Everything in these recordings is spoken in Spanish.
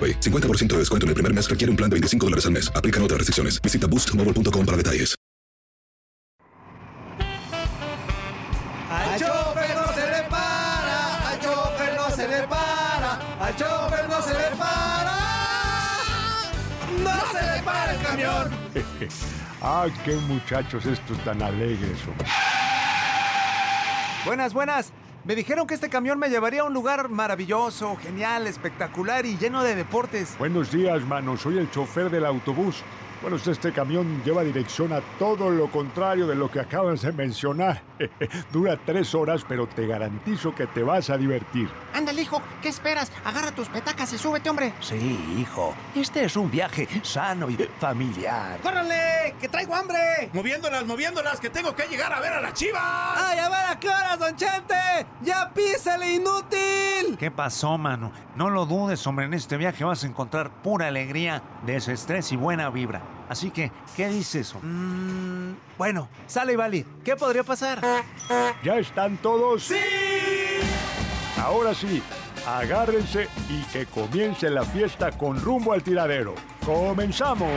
50% de descuento en el primer mes requiere un plan de 25 dólares al mes. Aplican otras restricciones. Visita boostmobile.com para detalles. Al chofer no se le para, al chofer no se le para, al chofer no se le para. No se le para el camión. Ah, qué muchachos estos tan alegres, hombre. Buenas, buenas. Me dijeron que este camión me llevaría a un lugar maravilloso, genial, espectacular y lleno de deportes. Buenos días, mano. Soy el chofer del autobús. Bueno, este camión lleva dirección a todo lo contrario de lo que acabas de mencionar. Dura tres horas, pero te garantizo que te vas a divertir. Ándale, hijo, ¿qué esperas? Agarra tus petacas y súbete, hombre. Sí, hijo. Este es un viaje sano y familiar. ¡Córrele! ¡Que traigo hambre! Moviéndolas, moviéndolas, que tengo que llegar a ver a las chivas. ¡Ay, a ver a qué horas, don Chente! ¡Ya písele, inútil! ¿Qué pasó, mano? No lo dudes, hombre. En este viaje vas a encontrar pura alegría, desestrés y buena vibra. Así que, ¿qué dices? Mm, bueno, sale y vale. ¿Qué podría pasar? ¿Ya están todos? ¡Sí! Ahora sí, agárrense y que comience la fiesta con rumbo al tiradero. ¡Comenzamos!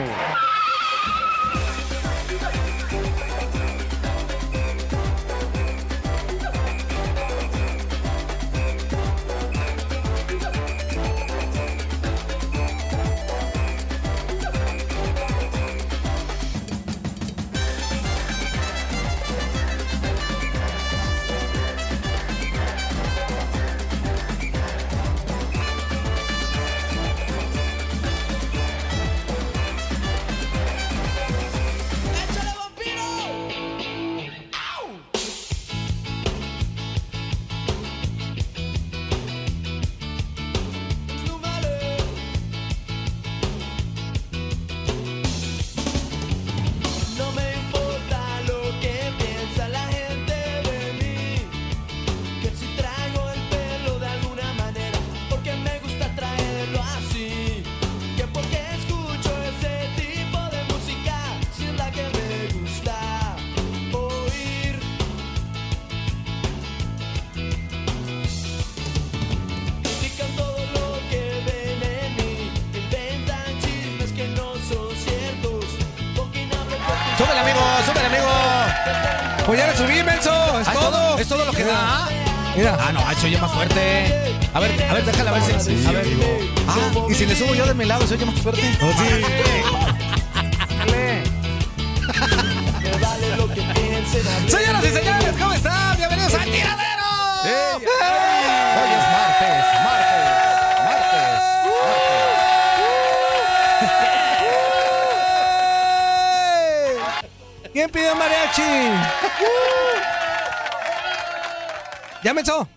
¡Échale, vampiro! No me importa lo que piensa la gente de mí, que si traigo el pelo de alguna manera, porque me gusta traerlo así, que porque escucho ese tipo de música, si es la que me gusta oír. Critican todo lo que ven en mí, inventan chismes que no son ciertos, porque no ¡Súbele, amigo! ¡Súbele, amigo! Pues ya le subí, menso. Es todo. Ah, Es todo lo que da. Ah, no, eso oye más fuerte. A ver, a ver, déjala, a ver si. a ver. Ah, y si le subo yo de mi lado, se oye más fuerte. Ah, Me vale lo que piensen, hablen Señoras y señores, ¿cómo están? Bienvenidos a Tiradero. Hoy es martes, martes, martes. ¿Quién pidió mariachi? ¿Ya me echó?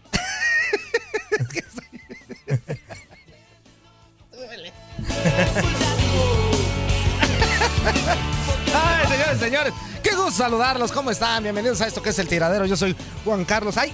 Ay, señores, señores. Qué gusto saludarlos. ¿Cómo están? Bienvenidos a esto que es el tiradero. Yo soy Juan Carlos. Ay.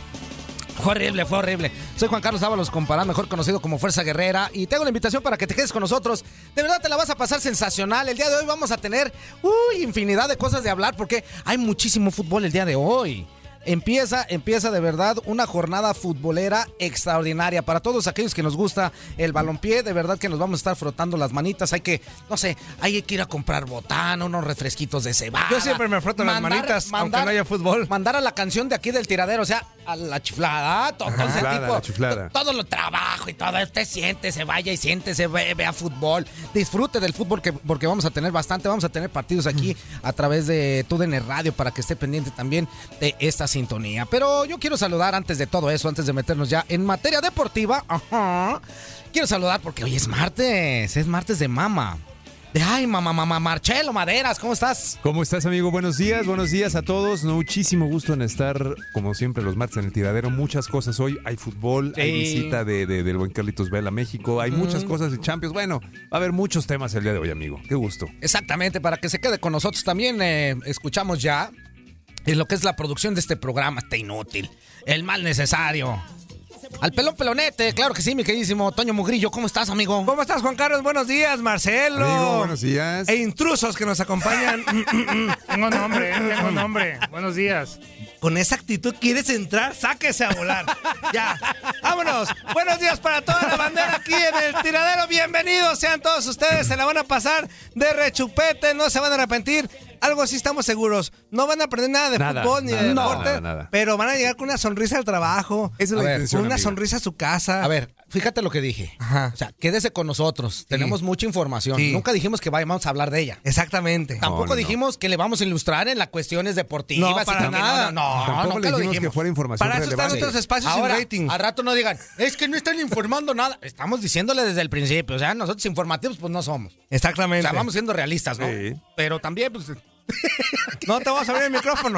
Fue horrible, fue horrible. Soy Juan Carlos Ábalos Compará, mejor conocido como Fuerza Guerrera, y tengo la invitación para que te quedes con nosotros. De verdad te la vas a pasar sensacional. El día de hoy vamos a tener uy, infinidad de cosas de hablar porque hay muchísimo fútbol el día de hoy. Empieza, empieza de verdad una jornada futbolera extraordinaria. Para todos aquellos que nos gusta el balompié, de verdad que nos vamos a estar frotando las manitas. Hay que, no sé, hay que ir a comprar botana, unos refresquitos de cebada. Yo siempre me froto las manitas, aunque no haya fútbol. Mandar a la canción de aquí del tiradero, o sea, a la chiflada, todo Ajá. ese Chiflada, tipo, la chiflada. to- Todo lo trabajo y todo. Usted siente, se vaya y siente, se ve, vea fútbol. Disfrute del fútbol que, porque vamos a tener bastante. Vamos a tener partidos aquí a través de TUDN Radio para que esté pendiente también de esta sintonía. Pero yo quiero saludar antes de todo eso, antes de meternos ya en materia deportiva. ajá, quiero saludar porque hoy es martes, es martes de mama. De ay, mamá, mamá, Marcelo Maderas, ¿cómo estás? ¿Cómo estás, amigo? Buenos días, buenos días a todos. Muchísimo gusto en estar, como siempre, los martes en el tiradero. Muchas cosas hoy. Hay fútbol, hay Sí. visita de, de- del buen Carlitos Vela a México. Hay muchas cosas de Champions. Bueno, va a haber muchos temas el día de hoy, amigo. Qué gusto. Exactamente, para que se quede con nosotros también eh, escuchamos ya en lo que es la producción de este programa, está inútil, Eh, el mal necesario. Al pelón pelonete, claro que sí, mi queridísimo Toño Mugrillo, ¿cómo estás, amigo? ¿Cómo estás, Juan Carlos? Buenos días, Marcelo. Amigo, buenos días. E intrusos que nos acompañan. Tengo nombre, eh, tengo nombre. Buenos días. Con esa actitud quieres entrar, sáquese a volar. Ya. Vámonos. Buenos días para toda la bandera aquí en el tiradero. Bienvenidos sean todos ustedes. Se la van a pasar de rechupete, no se van a arrepentir. Algo sí estamos seguros. No van a aprender nada de Nada, fútbol ni de nada, deporte, nada, nada. pero van a llegar con una sonrisa al trabajo. Esa es la A ver, intención, Con una amigo. sonrisa a su casa. A ver, fíjate lo que dije. O sea, quédese con nosotros. Tenemos mucha información. Sí. Nunca dijimos que vayamos a hablar de ella. Exactamente. Tampoco No, no, no. dijimos que le vamos a ilustrar en las cuestiones deportivas. No, y para que- nada. No, no, Tampoco nunca le lo dijimos dijimos. que fuera información Para eso están relevante. otros espacios sin Ahora, rating. Al rato no digan, es que no están informando nada. Estamos diciéndole desde el principio. O sea, nosotros informativos, pues no somos. O Exactamente. sea, vamos siendo realistas, ¿no? Sí. Pero también, pues. No te vamos a abrir el micrófono.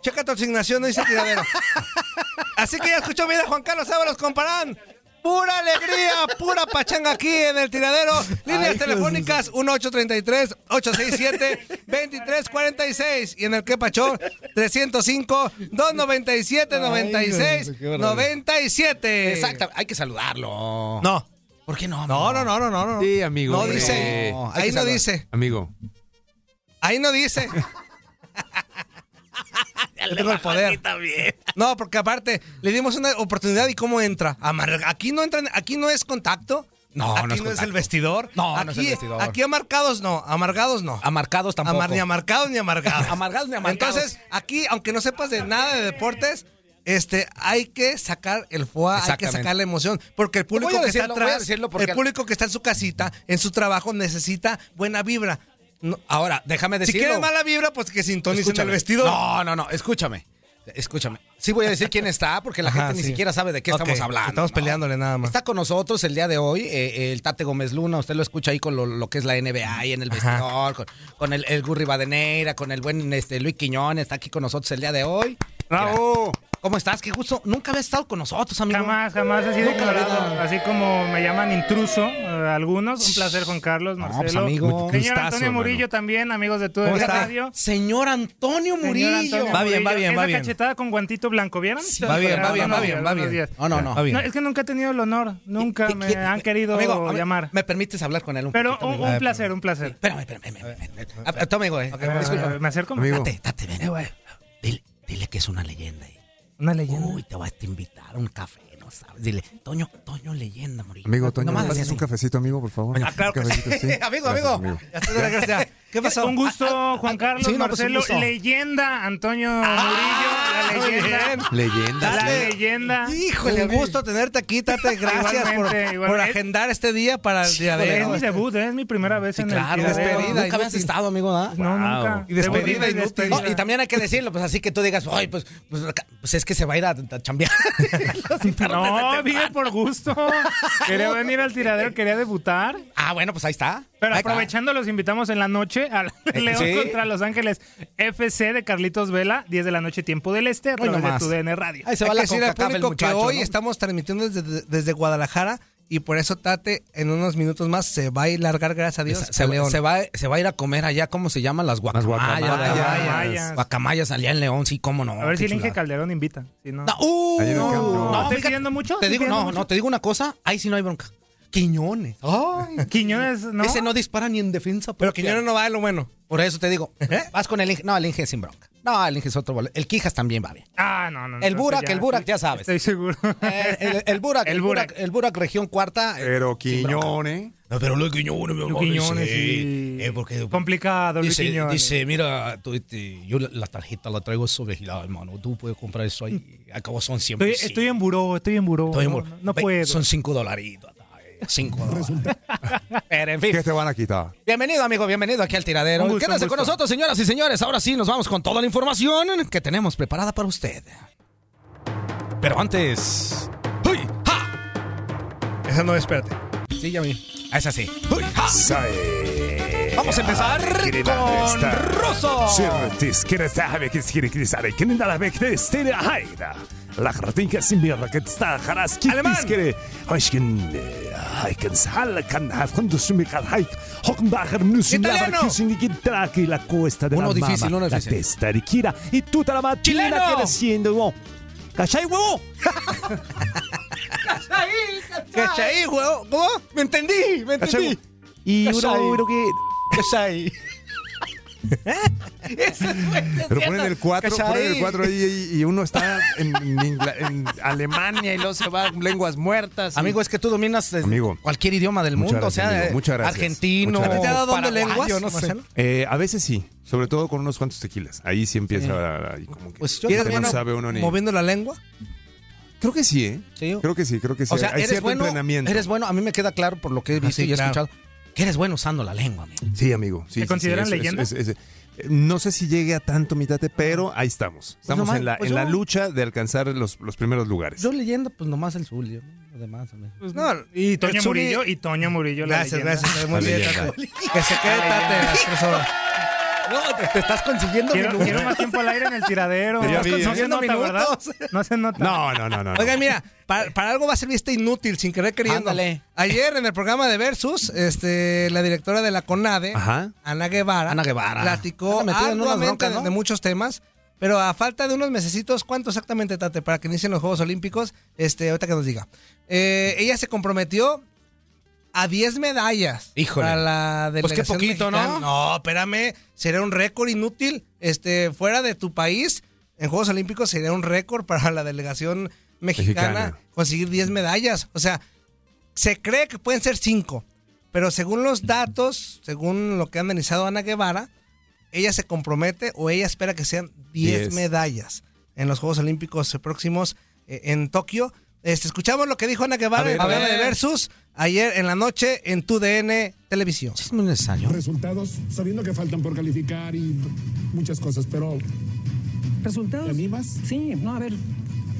Checa tu asignación, no dice tiradero. Así que ya escuchó bien a Juan Carlos Ábalos comparán. Pura alegría, pura pachanga aquí en el tiradero. Líneas Ay, telefónicas 1833-867-2346. Y en el que pachó 305-297-96. qué barbaridad. 97. Exacto, hay que saludarlo. No. ¿Por qué no? No, no, no, no, no. no. Sí, amigo. No hombre. dice. No, hay ahí que no saludar. dice. Amigo, Ahí no dice. Yo tengo el poder. No, porque aparte le dimos una oportunidad y cómo entra. Amar- Aquí no entran, aquí no es contacto. No, aquí no no es es, contacto. el vestidor. No, aquí, no es el vestidor. Aquí amarcados no, amargados no. Amarcados tampoco. Amar- ni amarcados ni amargados. Amargados ni amargados. Entonces, aquí, aunque no sepas de nada de deportes, este, hay que sacar el foie, hay que Exactamente. Pues sacar la emoción. Porque el público Voy a que decirlo, está voy a atrás, decirlo porque- el público que está en su casita, en su trabajo, necesita buena vibra. No, Ahora, déjame si decirlo. quieres mala vibra, pues que sintonicen el Escúchame. vestido. No, no, no, escúchame. Escúchame. Sí voy a decir quién está, porque la gente ni siquiera sabe de qué estamos hablando. Estamos ¿no? peleándole nada más. Está con nosotros el día de hoy eh, el Tate Gómez Luna. Usted lo escucha ahí con lo, lo que es la NBA y en el vestidor, con, con el, el Gurri Badeneira, con el buen este, Luis Quiñón. Está aquí con nosotros el día de hoy. ¡Bravo! ¿Cómo estás? Qué gusto. Nunca había estado con nosotros, amigo. Jamás, jamás así declarado. Así como me llaman intruso, eh, algunos. Un placer, Juan Carlos, No, pues, amigo. Señor Antonio Murillo también, amigos de todo ¿Cómo está? Señor Antonio Murillo. Antonio va bien, Murillo. va bien, Esa va bien. cachetada con guantito blanco, ¿vieron? Sí, va bien, va bien, va bien, va Ah, bien. No, no, Ah, no. No, es que nunca he tenido el honor, nunca ¿Qui- me quién- han querido amigo, a ver, llamar. ¿Me permites hablar con él un Pero poquito, un, amigo? un placer, un placer. Espérame, espérame, espérame, espérame. A- a- Toma, güey. Ah, Ah, Disculpa. ¿Me acerco? Amigo. Date, date, Eh, ven. Dile, dile que es una leyenda. ahí. Una leyenda. Uy, te vas a invitar a un café, no sabes. Dile, Toño, Toño leyenda, Murillo. amigo, Toño, Nomás ¿me así, pasas un así. cafecito, amigo, por favor? Ah, claro Un que sí. cafecito, Amigo, Gracias, amigo. Ya estoy de regreso, ya. ¿Qué pasó? Un gusto, Juan Carlos, Marcelo, leyenda, Antonio Ah, Murillo, la leyenda. Leyenda. sí. leyenda. Híjole, un gusto tenerte aquí, Tate. Gracias por, por agendar este día para el día de hoy. debut, ¿eh? es mi primera vez Sí, claro. Despedida, Nunca habías inútil. estado, amigo, ¿verdad? No, nunca. Y despedida y despedida. No, y también hay que decirlo, pues así que tú digas, ay, pues, pues, acá- pues, es que se va a ir a, a chambear. Lo citaron desde vine temprano. por gusto. Quería venir al tiradero, quería debutar. Ah, bueno, pues ahí está. Pero Ahí está. aprovechando, los invitamos en la noche al Eh, León sí. contra Los Ángeles FC de Carlitos Vela, 10 de la noche, tiempo del este, a Hoy través de nomás. tu DN Radio. Ahí se Hay va que la decir al CONCACAF el público que muchacho, hoy ¿no? estamos transmitiendo desde, desde Guadalajara Y por eso Tate en unos minutos más se va a ir largar, gracias a Dios. Se, se- a León. se va, se va a ir a comer allá, ¿cómo se llaman? Las guacamayas. guacamayas. Guacamayas. Guacamayas allá en León, sí, cómo no. A ver qué si el Inge chulada. Calderón invita. Si no. ¡Uh! Ahí en el No, campo. no, ¿Estoy fíjate, pidiendo mucho? Te ¿Estoy digo, pidiendo no, mucho? no, te digo una cosa, ahí sí no hay bronca. Quiñones. Ay, Quiñones, no. Ese no dispara ni en defensa. Pero Quiñones no va de lo bueno. Por eso te digo, vas con el Inge. No, el Inge es sin bronca. No, el Inge es otro boleto. El Quijas también va bien. Ah, no, no. El entonces Burak, ya, el Burak, sí. ya sabes. Estoy seguro. Eh, El, el Burak, el Burak, el Burak, región cuarta. eh, Pero sin bronca. Quiñone. No, pero los Quiñones, mi Luis amor, Quiñones, sí. Eh, porque Complicado, Luis dice, Quiñones. dice, mira, tú, este, yo la, la tarjeta la traigo sobregirada, hermano. Tú puedes comprar eso ahí. Acabo son siempre. Estoy, estoy en buró, estoy en buró. Estoy en no, buró. no, no puedo. Son cinco dolaritos. eh, Cinco dólares. Pero en fin. ¿Qué te van a quitar? Bienvenido, amigo, bienvenido aquí al tiradero. Un gusto, Quédese un con gusto. nosotros, señoras y señores. Ahora sí, nos vamos con toda la información que tenemos preparada para usted. Pero antes. ¡Uy! ¡Ja! Esa no, espérate. Sí, ya vi. Ah, Esa sí. ¡Uy! ¡Ja! Vamos a empezar con Ruso. Italiano. Uno difícil, uno difícil. Chileno. oh. ¿Cachai, huevo? ¿Cómo? Me entendí, me entendí. Y uno Cachai. creo que. ¿Cachai? Pero ponen el 4, ¿Cachai? ponen el 4 ahí y, y uno está en, Ingla- en Alemania y luego se va a lenguas muertas. y- Amigo, es que tú dominas eh, Amigo. cualquier idioma del Muchas mundo, gracias, o sea, amigo. eh, Muchas gracias. argentino, Muchas gracias. ¿Te ha dado dónde paraguayo, lenguas, no sé. Marcelo? Eh, a veces sí, sobre todo con unos cuantos tequilas. Ahí sí empieza a- ahí como que Pues yo que también no no- sabe uno ni. ¿Moviendo la lengua? Creo que sí, ¿eh? Sí. Creo que sí, creo que sí. O sea, Hay eres cierto bueno, entrenamiento. eres bueno, a mí me queda claro por lo que he visto sí, y he claro. escuchado, que eres bueno usando la lengua, amigo. Sí, amigo. Sí, ¿Te sí, consideran sí, eso, leyenda? eso, eso, eso. Eh, No sé si llegue a tanto, mitate, pero ahí estamos. Estamos nomás, en, la, pues en la yo- lucha de alcanzar los, los primeros lugares. Yo leyendo, pues nomás el Zulio, lo demás. amigo. Pues, No, y Toño el Zuli- Murillo, y Toño Murillo. la Gracias, leyenda. gracias. Muy La bien, leyenda. Tate. Que se quede Tate las tres horas. No, te, te estás consiguiendo Quiero, minutos. quiero más tiempo al aire en el tiradero. Ya No, vi, se- no ¿eh? se nota, ¿verdad? No se nota. No, no, no, no. no. Oiga, mira, para, para algo va a servir este inútil, sin querer queriendo. Ándale. Ayer en el programa de Versus, este, la directora de la CONADE, Ajá. Ana Guevara, Ana Guevara. platicó Anda metida en unas arduamente broncas, ¿no? de, de muchos temas, pero a falta de unos mesecitos, ¿cuánto exactamente, Tate, para que inicien los Juegos Olímpicos? Este, ahorita que nos diga. Eh, ella se comprometió a 10 medallas. Híjole. Para la Pues qué delegación poquito, ¿no? mexicana. No, espérame, sería un récord inútil. Este, fuera de tu país, en Juegos Olímpicos sería un récord para la delegación mexicana, Mexicana. conseguir 10 medallas. O sea, se cree que pueden ser 5, pero según los datos, según lo que ha analizado Ana Guevara, ella se compromete o ella espera que sean 10 Diez. medallas en los Juegos Olímpicos próximos eh, en Tokio. Este, escuchamos lo que dijo Ana Guevara A ver, en el a programa de ver. Versus ayer en la noche en TUDN Televisión. Es muy necesario. resultados, sabiendo que faltan por calificar y muchas cosas, pero ¿Resultados? ¿Te animas? Sí, no, a ver,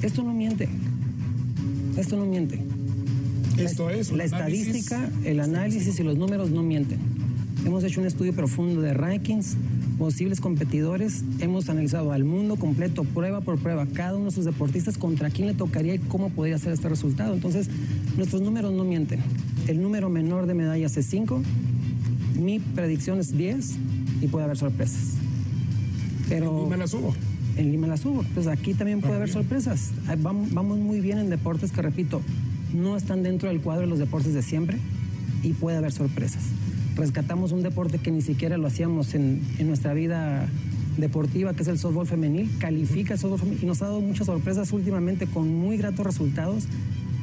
esto no miente. Esto no miente. esto es un La análisis. estadística, el análisis y los números no mienten. Hemos hecho un estudio profundo de rankings, posibles competidores, hemos analizado al mundo completo, prueba por prueba, cada uno de sus deportistas, contra quién le tocaría y cómo podría ser este resultado. Entonces, nuestros números no mienten. El número menor de medallas es 5, mi predicción es 10 y puede haber sorpresas. Pero... Y me la subo. En Lima las hubo. Entonces aquí también puede haber sorpresas. Ay, vam- Vamos muy bien en deportes que, repito, no están dentro del cuadro de los deportes de siempre y puede haber sorpresas. Rescatamos un deporte que ni siquiera lo hacíamos en, en nuestra vida deportiva, que es el softball femenil. Califica el softball femenil y nos ha dado muchas sorpresas últimamente con muy gratos resultados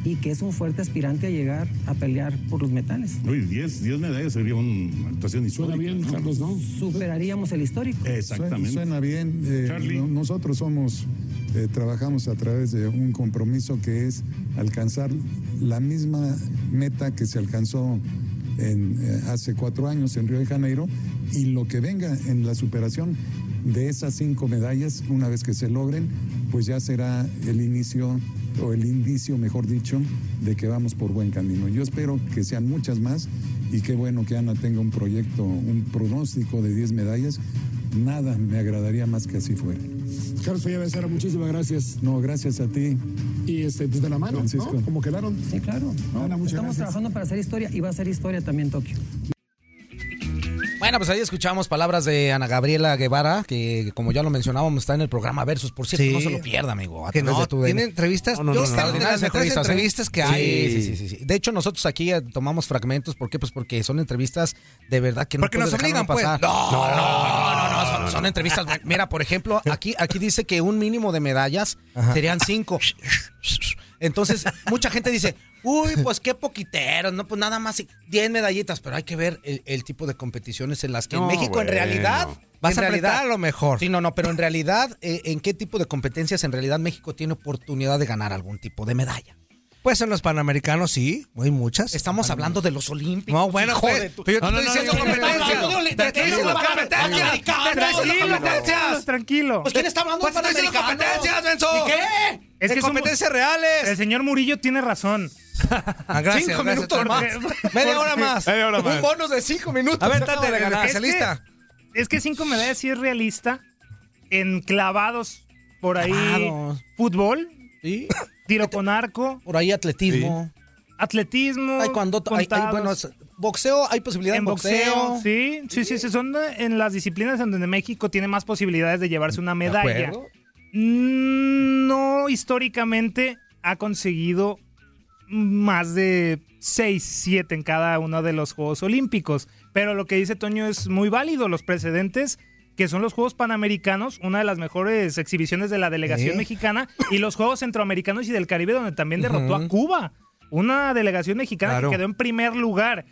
y que es un fuerte aspirante a llegar a pelear por los metales. Uy, 10, 10 medallas sería una actuación Suena histórica. bien, ¿no? Carlos, ¿no? Superaríamos el histórico. Exactamente. Suena, suena bien. eh, Charlie. no- nosotros somos, eh, trabajamos a través de un compromiso que es alcanzar la misma meta que se alcanzó en, eh, hace cuatro años en Río de Janeiro y lo que venga en la superación de esas cinco medallas, una vez que se logren, pues ya será el inicio o el indicio, mejor dicho, de que vamos por buen camino. Yo espero que sean muchas más y qué bueno que Ana tenga un proyecto, un pronóstico de 10 medallas, Nada me agradaría más que así fuera. Carlos Fallada Becerra, muchísimas gracias. No, gracias a ti. Y este, pues de la mano, Francisco. ¿no? Como quedaron. Sí, claro. No, Estamos muchas gracias. trabajando para hacer historia y va a ser historia también Tokio. Bueno, pues ahí escuchamos palabras de Ana Gabriela Guevara, que como ya lo mencionábamos, está en el programa Versus. Por cierto, Sí. no se lo pierda, amigo. a Que través no, de tu DN. tiene entrevistas, No, no, yo no, creo no, que de no, las no, mejores entrevistas, ¿eh? entrevistas que Sí, hay. Sí, sí, sí, sí. De hecho, nosotros aquí eh, tomamos fragmentos. ¿Por qué? Pues porque son entrevistas de verdad que no Porque nos puedes dejar obligan, uno pues. pasar. No, No, no, no, no, no, son, son entrevistas. Mira, por ejemplo, aquí, aquí dice que un mínimo de medallas serían cinco. Entonces, mucha gente dice, uy, pues qué poquiteros, no, pues nada más 10 medallitas, pero hay que ver el, el tipo de competiciones en las que en No, México en bueno. realidad. Vas en a realidad- apretar a lo mejor. Sí, no, no, pero en realidad, eh, ¿en qué tipo de competencias en realidad México tiene oportunidad de ganar algún tipo de medalla? Pues en los Panamericanos sí, hay muchas. Estamos hablando de los Olímpicos. No, bueno, hijo de pues, tu- pero yo te No, no, estoy no, diciendo no, no, no, competencia. no, no, no, no, Te estoy diciendo no, no, no, competencia. no, no, Tranquilo, no, no, competencias. Tranquilo. Pues, ¿quién está hablando Pues de te estoy diciendo Panamericanos? competencias, Benzo. ¿Y qué? Es que somos- competencias reales. El señor Murillo tiene razón. Ah, gracias, Cinco gracias, minutos Porque- más. Media hora más. Media hora más. Un bonus de cinco minutos. A ver, Acaba Tate, de ganar. Este, especialista. Es que, es que cinco medallas sí es realista. Enclavados por ahí. Clavados. Fútbol. Sí. Tiro con arco. Por ahí atletismo. Atletismo. Hay cuando hay, hay- contados. bueno, es- boxeo, hay posibilidad en de boxeo. boxeo. Sí, sí, sí, sí, Son de- en las disciplinas en donde México tiene más posibilidades de llevarse una medalla. acuerdo. Mm, No históricamente ha conseguido más de 6, 7 en cada uno de los Juegos Olímpicos. Pero lo que dice Toño es muy válido. Los precedentes, que son los Juegos Panamericanos, una de las mejores exhibiciones de la delegación Sí. mexicana, y los Juegos Centroamericanos y del Caribe, donde también derrotó Ujú. a Cuba. Una delegación mexicana Claro. que quedó en primer lugar.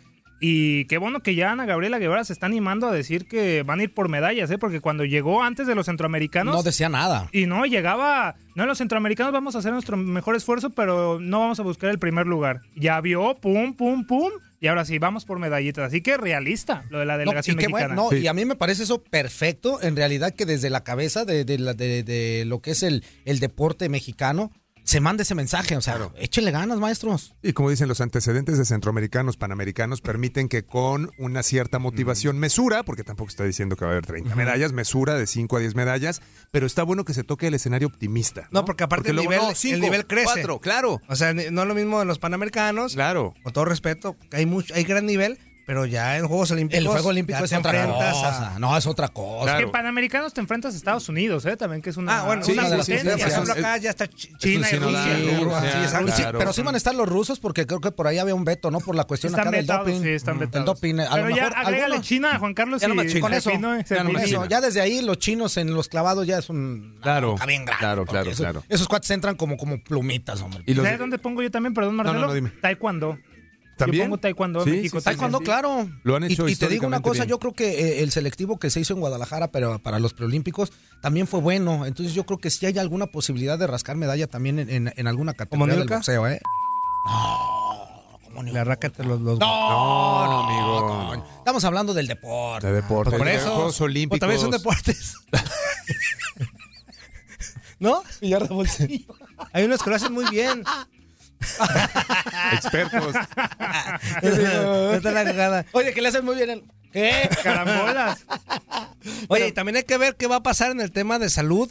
Y qué bueno que ya Ana Gabriela Guevara se está animando a decir que van a ir por medallas, ¿eh? porque cuando llegó antes de los centroamericanos... No decía nada. Y no, llegaba, no, los centroamericanos vamos a hacer nuestro mejor esfuerzo, pero no vamos a buscar el primer lugar. Ya vio, pum, pum, pum, y ahora sí, vamos por medallitas. Así que realista lo de la No, delegación y qué bueno, mexicana. no, y a mí me parece eso perfecto, en realidad que desde la cabeza de, de la- de- de lo que es el, el deporte mexicano se manda ese mensaje, o sea, échenle ganas, maestros. Y como dicen, los antecedentes de centroamericanos, panamericanos, permiten que con una cierta motivación, mesura, porque tampoco está diciendo que va a haber 30 Ujú. medallas, mesura de 5 a 10 medallas, pero está bueno que se toque el escenario optimista. No, porque aparte el, luego, nivel, no, cinco, el nivel crece. cuatro, claro. O sea, no es lo mismo en los Panamericanos. Claro. Con todo respeto, hay mucho, hay gran nivel, pero ya en Juegos Olímpicos. El Juego Olímpico Pues, ya es te otra enfrentas cosa, a- no, es otra Es cosa. que panamericanos te enfrentas a Estados Unidos, ¿eh? también que es una. Ah, bueno, una una de las potencia. potencias. Por ejemplo, acá ya está Ch- China y Rusia. Sí, Sí, exacto. sí, Claro. pero sí van a estar los rusos porque creo que por ahí había un veto, ¿no? Por la cuestión Están acá del vetados, doping. sí, están Mm. El vetados. doping, a Pero lo ya mejor agrégale algunos- China, Juan Carlos, Ya y nomás China. eh. con eso, Con ¿no? eso, ya nomás Serpino. eso. Ya desde ahí los chinos en los clavados ya es un Claro. está bien grande. Claro, porque claro, esos, claro. Esos cuates entran como, como plumitas, hombre. Y los- ¿Sabes dónde pongo yo también? Perdón, no, Marcelo. no, dime. Taekwondo. ¿También? Yo pongo taekwondo en Sí, México. sí, sí, sí. también. Taekwondo, claro. Lo han Y- hecho y, te digo una históricamente cosa, bien. yo creo que eh, el selectivo que se hizo en Guadalajara pero para los preolímpicos también fue bueno. Entonces yo creo que sí hay alguna posibilidad de rascar medalla también en, en- en alguna ¿Como categoría del Niurka? boxeo, ¿eh? Le arrácate los, los No, no, amigo. Estamos hablando del deporte. De deporte. Por de eso. Juegos Olímpicos. Pues también son deportes. ¿No? Y ya Hay unos que lo hacen muy bien. Expertos. No está la cagada. Oye, que le hacen muy bien. el- ¿Qué? Carambolas. Oye, y también hay que ver qué va a pasar en el tema de salud.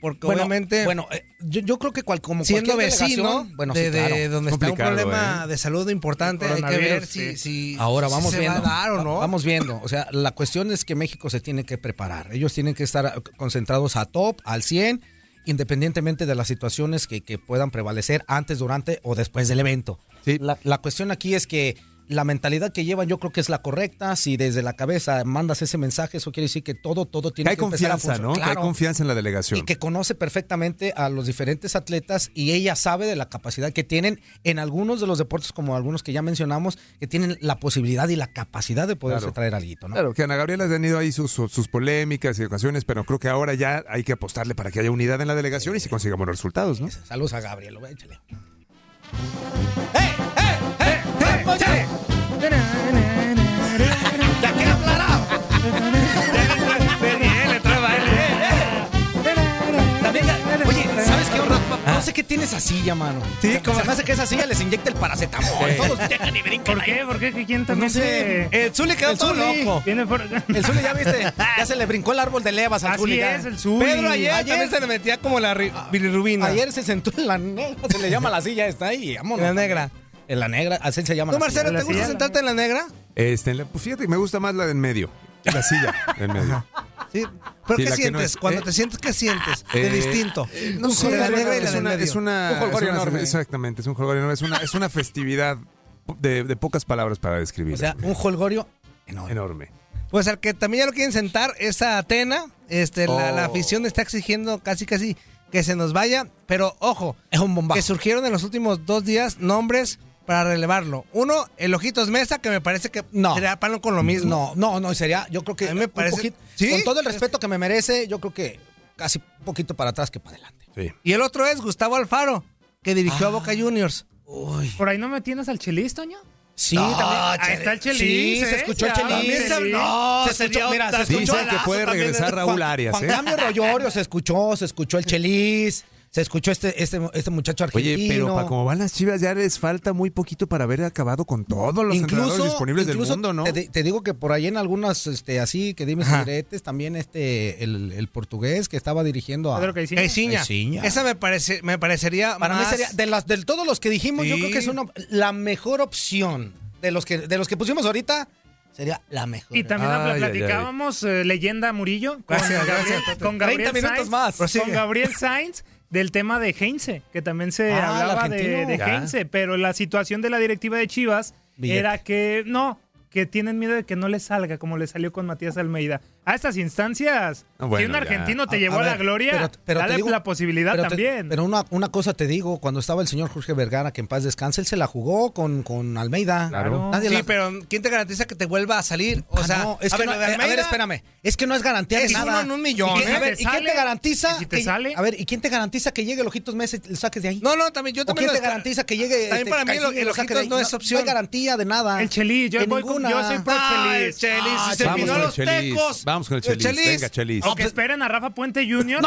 Porque Bueno, obviamente. bueno, eh, yo, yo creo que cual, como siendo cualquier vecino delegación, bueno, de, sí, de claro. donde está un Complicado, problema ¿eh? de salud importante, hay que ver Coronavirus, si, sí. si- Ahora si vamos se viendo. va a dar o no. Va- Vamos viendo. O sea, la cuestión es que México se tiene que preparar. Ellos tienen que estar eh, concentrados a top, al 100, independientemente de las situaciones que, que puedan prevalecer antes, durante o después del evento. La, la cuestión aquí es que la mentalidad que llevan yo creo que es la correcta. Si desde la cabeza mandas ese mensaje, eso quiere decir que todo, todo Que tiene hay que empezar a confianza, ¿no? funcionar. Que hay Claro. confianza en la delegación. Y que conoce perfectamente a los diferentes atletas y ella sabe de la capacidad que tienen en algunos de los deportes, como algunos que ya mencionamos, que tienen la posibilidad y la capacidad de poderse Claro. traer algo, ¿no? Claro, que Ana Gabriela ha tenido ahí sus, sus- sus polémicas y ocasiones, pero creo que ahora ya hay que apostarle para que haya unidad en la delegación y se consigan buenos resultados, ¿no? Saludos a Gabriel, güey, échale. También, oye, ¿sabes qué? No sé qué tienes así silla, mano. Sí, como- Se me hace que esa silla les inyecta el paracetamol. Sí. Todos dejan y brincan. ¿Por qué? ¿Por qué? ¿Que ¿Quién también? Pues No sé. se- El Zuli quedó El todo Zuli. loco. Viene por- El Zuli, ya viste, ya se le brincó el árbol de levas al Así Zuli. ya. es, el Zuli. Pedro ayer, también se le metía como la ri- bilirrubina. Ayer se sentó en la negra, se le llama la silla esta ahí, vámonos. En la negra. En la negra, así se llama ¿Tú, la Marcelo, silla. te gusta sentarte en la negra? Este, en la- pues fíjate, que me gusta más la de en medio. La silla en medio. Sí. ¿Pero Sí, qué la que sientes? no es- Cuando ¿Eh? te sientes, ¿qué sientes? Eh, de distinto. eh, No un sé, la jolgorio negra y la es del una, medio. es una- Un jolgorio es una- enorme. Exactamente, es un jolgorio enorme. Es una, es una festividad de, de pocas palabras para describir. O sea, un jolgorio enorme. Pues al que también ya lo quieren sentar es a Atena. Este, la, la Oh. afición está exigiendo casi casi que se nos vaya. Pero ojo, es un bombazo. Que surgieron en los últimos dos días nombres para relevarlo. Uno, el Ojitos Mesa, que me parece que No. sería palo con lo mismo. No, no, no, sería, yo creo que. A mí me un parece- poquito- ¿Sí? Con todo el respeto que me merece, yo creo que casi un poquito para atrás que para adelante. Y el otro es Gustavo Alfaro, que Ah. dirigió a Boca Juniors. ¿Por ahí no me tienes al chelis, Toño? Sí, Ah, No, también. Ahí Chelis. está el chelis. Sí, ¿eh? se escuchó el Chelis. No, No, se escuchó, sería mira, se otra- escuchó Dicen el que lazo puede también. regresar Raúl Juan- Arias, Juan ¿eh? Cambio Rollorio se escuchó, se escuchó el Chelis, se escuchó este, este, este muchacho argentino. Oye, pero para como van las chivas, ya les falta muy poquito para haber acabado con todos los entrenadores disponibles del incluso mundo, ¿no? Te, te digo que por ahí en algunas, este, así que dime Ajá. diretes, también este, el, el portugués que estaba dirigiendo a. Pedro Caiciña. Caiciña. Caiciña. Esa me, parece, me parecería Para mí más- sería, de las de todos los que dijimos, yo Sí. creo que es una, la mejor opción. De los que, de los que pusimos ahorita, sería la mejor. Y también Ay, ay, ay. platicábamos eh, Leyenda Murillo con Gracias, Gabriel, gracias, Tote. con Gabriel 30 minutos Sainz, más. Prosigue. Con Gabriel Sainz del tema de Heinze, que también se Ah, el hablaba de, argentino. de Ya. Heinze, pero la situación de la directiva de Chivas Billete. era que no, que tienen miedo de que no les salga como le salió con Matías Almeida. A estas instancias, Ah, bueno, si un ya. argentino te A- llevó a a, la ver, gloria, pero- pero te dale digo- la posibilidad pero te- también. pero una, una cosa te digo, cuando estaba el señor Jorge Vergara, que en paz descanse, él se la jugó con, con Almeida. Claro. Nadie sí, la- pero ¿quién te garantiza que te vuelva a salir? O Ah, sea, no, es a, que ver, no- lo de eh, a ver, Almeida- espérame. Es que no es garantía de Es nada. uno en un millón, ¿Y quién, ¿eh? a ver, Si te ¿y quién sale, te garantiza? si te que- sale. A ver, ¿y quién te garantiza que llegue el Ojitos Meses y lo saques de ahí? No, no, también yo ¿O también. quién lo te está- garantiza que llegue? También este, para mí lo- Caixinha y el lo saques de ojitos ahí? no es opción. No hay garantía de nada. el Chelis, yo, De voy con- yo ninguna. soy pro Ah, Chelis. el Chelis, Ah, si se Vamos pinó con el los Chelis, tecos. vamos con el Chelis, venga, Chelis. pues, Aunque esperen a Rafa Puente Jr.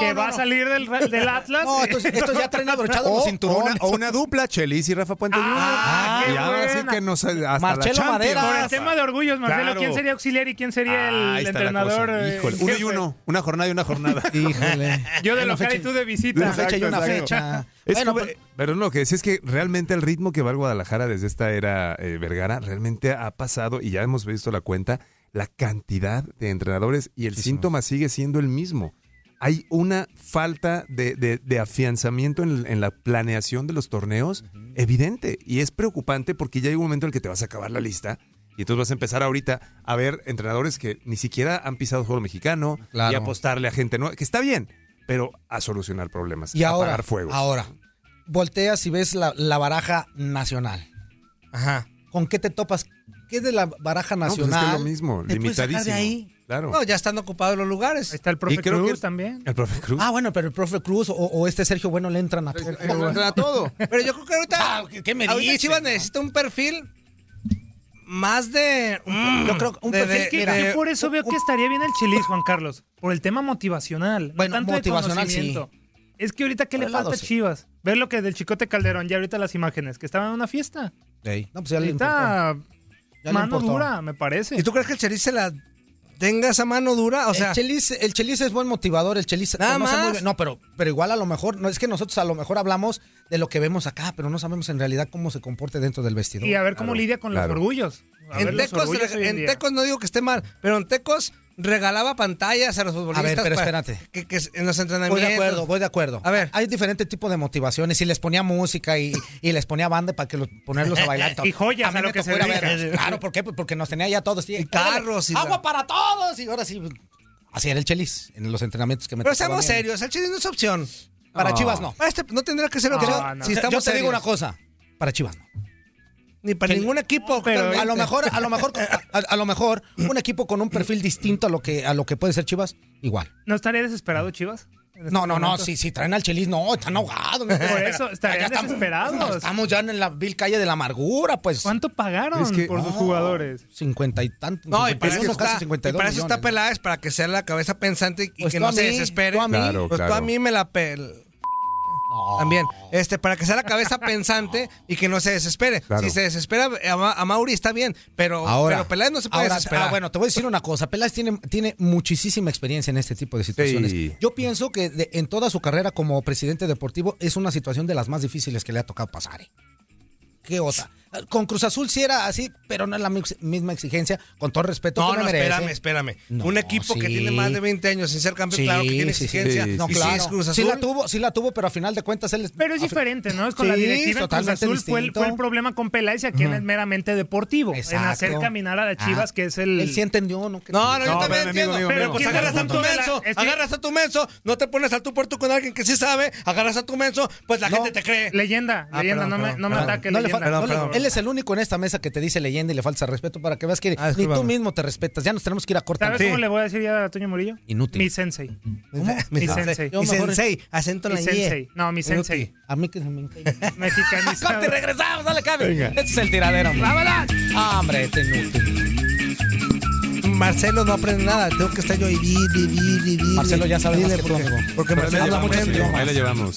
que va a salir del, del Atlas. No, estos, estos ya traen abrochados los O, o cinturones. una, o una dupla, Chelis y Rafa Puente. Ah, Jr. qué y ahora sí buena. que nos hasta Marcelo la Champions. Madera. Por el tema de orgullos, Marcelo, Claro. ¿quién sería auxiliar y quién sería Ahí el está la entrenador? cosa. eh, Híjole, uno y jefe? uno, una jornada y una jornada. Híjole. Yo de Una local y fecha- tú de visita. Una fecha y una Exacto, fecha. Es Bueno, pues, que- pero- pero lo que decía es que realmente el ritmo que va el Guadalajara desde esta era eh, Vergara realmente ha pasado y ya hemos visto la cuenta, la cantidad de entrenadores y el síntoma sigue siendo el mismo. Hay una falta de, de- de afianzamiento en, el- en la planeación de los torneos evidente y es preocupante porque ya hay un momento en el que te vas a acabar la lista y entonces vas a empezar ahorita a ver entrenadores que ni siquiera han pisado juego mexicano y Claro. apostarle a gente nueva, que está bien, pero a solucionar problemas, Y a ahora, apagar fuegos. ahora, volteas y ves la, la baraja nacional. Ajá. ¿Con qué te topas? ¿Qué de la baraja No, pues nacional? es que es lo mismo, te puedes sacar de limitadísimo. ahí? Claro. No, ya están ocupados los lugares. Ahí está el profe Y creo Cruz que- también. El profe Cruz. Ah, bueno, pero el profe Cruz o, o este Sergio Bueno le entran a todo. a todo. Pero yo creo que ahorita. Ah, ¿Qué me ahorita dices? Chivas necesita un perfil más de. Yo creo que un de- perfil de- que mira, yo por eso veo que estaría bien el Chelis, Juan Carlos. Por el tema motivacional. no Bueno, tanto de motivacional, sí. conocimiento. Es que ahorita, ¿qué le Por el lado, falta a sí. Chivas? Ver lo que del Chicote Calderón, ya ahorita las imágenes, que estaban en una fiesta. Ey, No, pues ya le importó. Ahorita, Ya le mano importó. dura, me parece. ¿Y tú crees que el Chelis se la tenga esa mano dura? O sea, el Chelis, el Chelis es buen motivador, el Chelis Nada conoce más. muy bien. No, pero, pero igual a lo mejor, no es que nosotros a lo mejor hablamos de lo que vemos acá, pero no sabemos en realidad cómo se comporte dentro del vestidor. Y a ver cómo lidia con claro. los orgullos. A ver en, los tecos, orgullos hoy en en día. Tecos no digo que esté mal, pero en Tecos regalaba pantallas a los futbolistas. pero para- espérate. Que, que en los Voy entrenamientos. de acuerdo, voy de acuerdo. A ver. Hay diferentes tipos de motivaciones. Y les ponía música y, y les ponía banda para que los, ponerlos a bailar. Y joyas A mí a lo me que tocó se ir a ver. dedican. Claro, ¿por qué? Pues porque nos tenía ya todos. sí, Y carros y órale, la- ¡Agua para todos! Y ahora sí. pues, Así era el Chelis en los entrenamientos que me Pero tocaba seamos a mí. serios, el Chelis no es opción. Para No. Chivas no. Para este no tendrá que ser No, opción no. si Yo estamos te digo serios. una cosa. Para Chivas no. Ni para ningún equipo. pero- actualmente. A lo mejor, a lo mejor, a, a lo mejor, un equipo con un perfil distinto a lo que, a lo que puede ser Chivas, igual. ¿No estaría desesperado, Chivas? en este No, no, no, momento? si, si traen al Chelis, no, están ahogados. no, Por eso, estarían Ya estamos- desesperados. no, estamos ya en la vil calle de la amargura, pues. ¿Cuánto pagaron Es que- por sus No. jugadores? 50 y tantos. No, y para, 51, eso está, casi y 52 para eso está millones. Peláez, para que sea la cabeza pensante y, y Pues que tú no a se mí, desespere. tú a mí. Claro, Pues tú a claro. mí me la pel... También, este, para que sea la cabeza pensante y que no se desespere. Claro. Si se desespera, a, Ma- a Mauri está bien, pero, Ahora, pero Peláez no se puede ahora, desesperar. ah, bueno, te voy a decir una cosa. Peláez tiene, tiene muchísima experiencia en este tipo de situaciones. Sí. Yo pienso que de- en toda su carrera como presidente deportivo es una situación de las más difíciles que le ha tocado pasar. ¿eh? ¿Qué otra? Con Cruz Azul sí era así, pero no es la mix- misma exigencia. Con todo respeto, No, que me no, merece. espérame, espérame. No, Un equipo que sí. tiene más de 20 años sin ser campeón, claro que tiene sí, sí. exigencia. No, Y si claro. es Cruz Sí la Azul, tuvo, sí la tuvo, pero a final de cuentas él es. Pero es a fi- diferente, ¿no? Es con la Sí, directiva en Cruz totalmente Azul fue el, distinto. fue el problema con Peláez y aquí Ujú. es meramente deportivo. En hacer Exacto. caminar a las Chivas, Ah, que es el. Él sí entendió, ¿no? Que- No, no, yo también pero entiendo. amigo, amigo, pero amigo, pues entiendo agarras el a tu punto de la- menso, es que- agarras a tu menso, no te pones al tú por tú con alguien que sí sabe, agarras a tu menso, pues la gente te cree. Leyenda, Ah, leyenda, perdón, no me- perdón, no me perdón. ataque, No le leyenda. fal- no le- Él es el único en esta mesa que te dice leyenda y le falta respeto para que veas que ni tú Ah, discúlpame. mismo te respetas. Ya nos tenemos que ir a cortar. ¿Sabes cómo le voy a decir ya a Toño Murillo? Inútil. Mi sensei. Mi Mi sensei. sensei. Yo Mi mejor- sensei, acento en Mi la ye. sensei. No, mi Inútil. sensei. A mí que se me Mexicanizado. Corte, regresamos, dale, Cami. Venga. Este es el tiradero. hombre. ¡Vámonos! Ah, hombre, este inútil. Marcelo no aprende nada, tengo que estar yo y vi, vi, vi, vi, vi. Marcelo ya sabe más Dile que tú, porque- amigo. Porque Pero Marcelo ahí la habla mucho llevamos, de amigo, idiomas. Ahí la llevamos.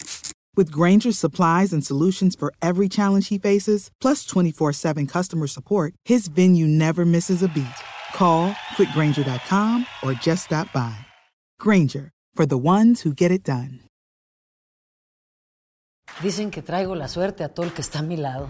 With Granger's supplies and solutions for every challenge he faces, plus 24 7 customer support, his venue never misses a beat. Call quickgranger.com or just stop by. Granger, for the ones who get it done. Dicen que traigo la suerte a todo el que está a mi lado.